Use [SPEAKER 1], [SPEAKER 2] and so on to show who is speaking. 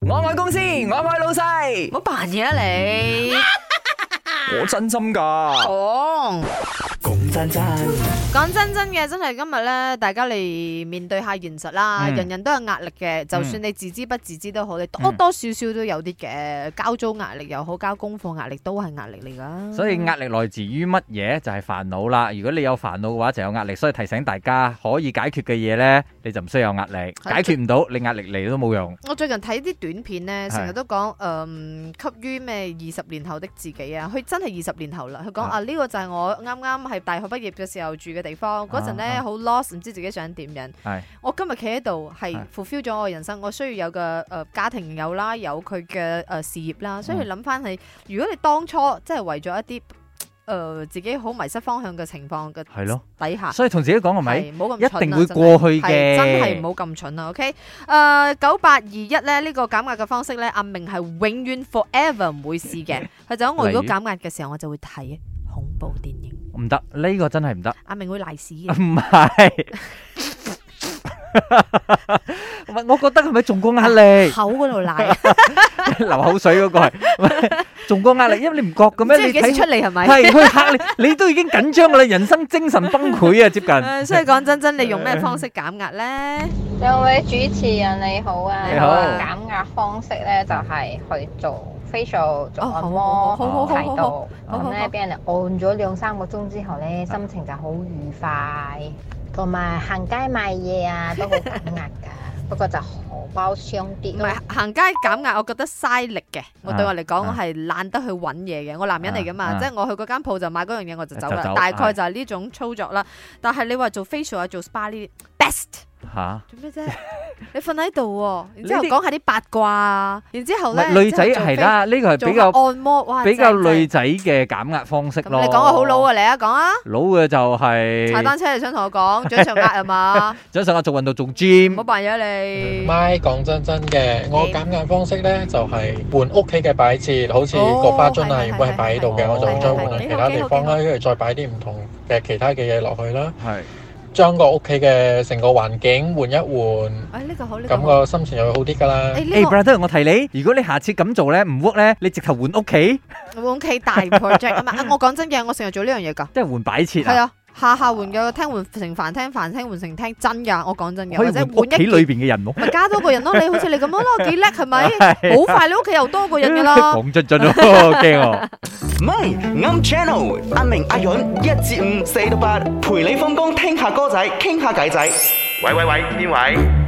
[SPEAKER 1] 我爱公司，我爱老细
[SPEAKER 2] 唔，好扮嘢啊你！
[SPEAKER 1] 我真心噶。
[SPEAKER 2] 講
[SPEAKER 3] 嗯講真真，
[SPEAKER 2] 講真真嘅，真係今日咧，大家嚟面對下現實啦。
[SPEAKER 1] 嗯
[SPEAKER 2] 人人都有壓力嘅，
[SPEAKER 3] 嗯
[SPEAKER 2] 就算你自知不自知都好，你多多少少都有啲嘅。交租壓力又好，交功課壓力都係壓力嚟噶。
[SPEAKER 1] 所以壓力來自於乜嘢？就係煩惱啦。如果你有煩惱嘅話，就有壓力。所以提醒大家，可以解決嘅嘢呢，你就唔需要有壓力。解決唔到，你壓力嚟都冇用。
[SPEAKER 2] 我最近睇啲短片咧，
[SPEAKER 1] 係
[SPEAKER 2] 成日都講誒、嗯給予咩二十年後的自己啊，佢真係二十年後啦。佢講
[SPEAKER 1] 啊
[SPEAKER 2] 啊，呢、個就係我啱啱係大學畢業嘅時候住嘅地方，嗰陣咧
[SPEAKER 1] 啊
[SPEAKER 2] 好 lost，唔知自己想點樣。
[SPEAKER 1] 係
[SPEAKER 2] 我今日企喺度係
[SPEAKER 1] 係
[SPEAKER 2] fulfill 咗我人生，我需要有嘅誒、呃家庭有啦，有佢嘅誒事業啦，所以
[SPEAKER 1] 嗯
[SPEAKER 2] 諗翻係，如果你當初即係為咗一啲誒、呃自己好迷失方向嘅情況嘅
[SPEAKER 1] 係咯，
[SPEAKER 2] 底下。
[SPEAKER 1] 所以同自己講係咪？
[SPEAKER 2] 係冇咁
[SPEAKER 1] 一
[SPEAKER 2] 蠢
[SPEAKER 1] 定
[SPEAKER 2] 啦
[SPEAKER 1] 會過去嘅
[SPEAKER 2] 真係係真係唔好咁蠢啦。OK，誒九八二一咧呢個減壓嘅方式咧，阿明係永遠 forever 唔會試 嘅。佢就講我如果
[SPEAKER 1] 例如
[SPEAKER 2] 減壓嘅時候，我就會睇恐怖電影。
[SPEAKER 1] 唔得，呢個真係唔得。
[SPEAKER 2] 阿明會賴屎嘅，
[SPEAKER 1] 唔係，唔係我覺得係咪仲過壓力？
[SPEAKER 2] 口嗰度賴，
[SPEAKER 1] 流口水嗰個係喂仲過壓力，因為你唔覺嘅
[SPEAKER 2] 即
[SPEAKER 1] 咩？
[SPEAKER 2] 係
[SPEAKER 1] 你
[SPEAKER 2] 幾
[SPEAKER 1] 睇
[SPEAKER 2] 時出嚟係咪？
[SPEAKER 1] 係佢嚇你，你都已經緊張㗎啦，人生精神崩潰啊， 接近。
[SPEAKER 2] 誒，呃所以講真真，你用咩方式減壓咧？
[SPEAKER 4] 兩位主持人你好啊，
[SPEAKER 1] 你好
[SPEAKER 4] 我減壓方式咧就係去做 facial 做
[SPEAKER 2] 哦好
[SPEAKER 4] 按
[SPEAKER 2] 好好好
[SPEAKER 4] 摩，
[SPEAKER 2] 好
[SPEAKER 4] 提到
[SPEAKER 2] 好好好啊
[SPEAKER 4] 咁咧俾人哋按咗兩三個鐘之後咧，心情就好愉快，同埋行街買嘢啊都好減壓㗎，不過就荷包傷啲
[SPEAKER 2] 唔
[SPEAKER 4] 咯
[SPEAKER 2] 係。行街減壓，我覺得嘥力嘅。我對我嚟講，
[SPEAKER 1] 啊
[SPEAKER 2] 我係懶得去揾嘢嘅。我男人嚟噶嘛，
[SPEAKER 1] 啊
[SPEAKER 2] 即係我去嗰間鋪就買嗰樣嘢我就走
[SPEAKER 1] 就
[SPEAKER 2] 啦
[SPEAKER 1] 走。
[SPEAKER 2] 大概就係呢種操作啦。但係你話做 facial 啊，做 spa 呢啲 best
[SPEAKER 1] 嚇，
[SPEAKER 2] 做咩啫？你瞓喺度喎，然之後
[SPEAKER 1] 呢啲
[SPEAKER 2] 講下啲八卦啊，然之後
[SPEAKER 1] 唔
[SPEAKER 2] 咧
[SPEAKER 1] 係女仔係，啦，呢個
[SPEAKER 2] 即
[SPEAKER 1] 係
[SPEAKER 2] 係做 fa-
[SPEAKER 1] 比較
[SPEAKER 2] 做下按摩，哇，
[SPEAKER 1] 比較
[SPEAKER 2] 正正
[SPEAKER 1] 女仔嘅減壓方式
[SPEAKER 2] 咁
[SPEAKER 1] 咯。
[SPEAKER 2] 你講個好佬啊，你啊講啊，
[SPEAKER 1] 老嘅就係
[SPEAKER 2] 踩單車你想同我講，掌上壓 係嘛？
[SPEAKER 1] 想上下做運動做
[SPEAKER 2] 唔
[SPEAKER 1] gym
[SPEAKER 2] 好。扮嘢你。
[SPEAKER 5] 咪講真真嘅，我減壓方式咧就係、換屋企嘅擺設，好似
[SPEAKER 2] 哦
[SPEAKER 5] 個花樽
[SPEAKER 2] 係係
[SPEAKER 5] 啊，
[SPEAKER 2] 哦
[SPEAKER 5] 原本係擺喺度嘅，
[SPEAKER 1] 係係
[SPEAKER 5] 我就
[SPEAKER 1] 係
[SPEAKER 5] 再
[SPEAKER 1] 係
[SPEAKER 5] 換
[SPEAKER 2] 係
[SPEAKER 5] 去其他地方
[SPEAKER 2] 幾好
[SPEAKER 5] 啦，跟住再擺啲唔同嘅其他嘅嘢落去啦，
[SPEAKER 1] 係
[SPEAKER 5] 將個屋企嘅成個環境換一換，
[SPEAKER 2] 誒呢個好呢個
[SPEAKER 5] 咁
[SPEAKER 2] 好。
[SPEAKER 5] 個心情又會好啲㗎啦。
[SPEAKER 2] 誒呢
[SPEAKER 1] 誒
[SPEAKER 2] 個
[SPEAKER 1] brother，我提你，如果你下次咁做咧唔 work 咧，你直頭換屋企，
[SPEAKER 2] 我屋企大 project 啊嘛，啊我講真嘅，我成日做呢樣嘢㗎。
[SPEAKER 1] 即係換擺設
[SPEAKER 2] 係
[SPEAKER 1] 啊，
[SPEAKER 2] 啊，下下換嘅廳換成飯廳，飯廳換成廳，真㗎，我講真嘅，
[SPEAKER 1] 可
[SPEAKER 2] 或
[SPEAKER 1] 以
[SPEAKER 2] 者
[SPEAKER 1] 換屋
[SPEAKER 2] 換
[SPEAKER 1] 企
[SPEAKER 2] 一
[SPEAKER 1] 裏
[SPEAKER 2] 件，
[SPEAKER 1] 邊嘅人喎。
[SPEAKER 2] 咪加多個人咯。你好似你咁樣咯，幾叻係咪？
[SPEAKER 1] 係
[SPEAKER 2] 好快你屋企又多個人㗎啦。
[SPEAKER 1] 講真真咯，驚我。
[SPEAKER 3] 咪啱 channel，阿明阿允一至五四到八，陪你放工聽下歌仔，傾下偈仔。
[SPEAKER 6] 喂喂喂，邊位？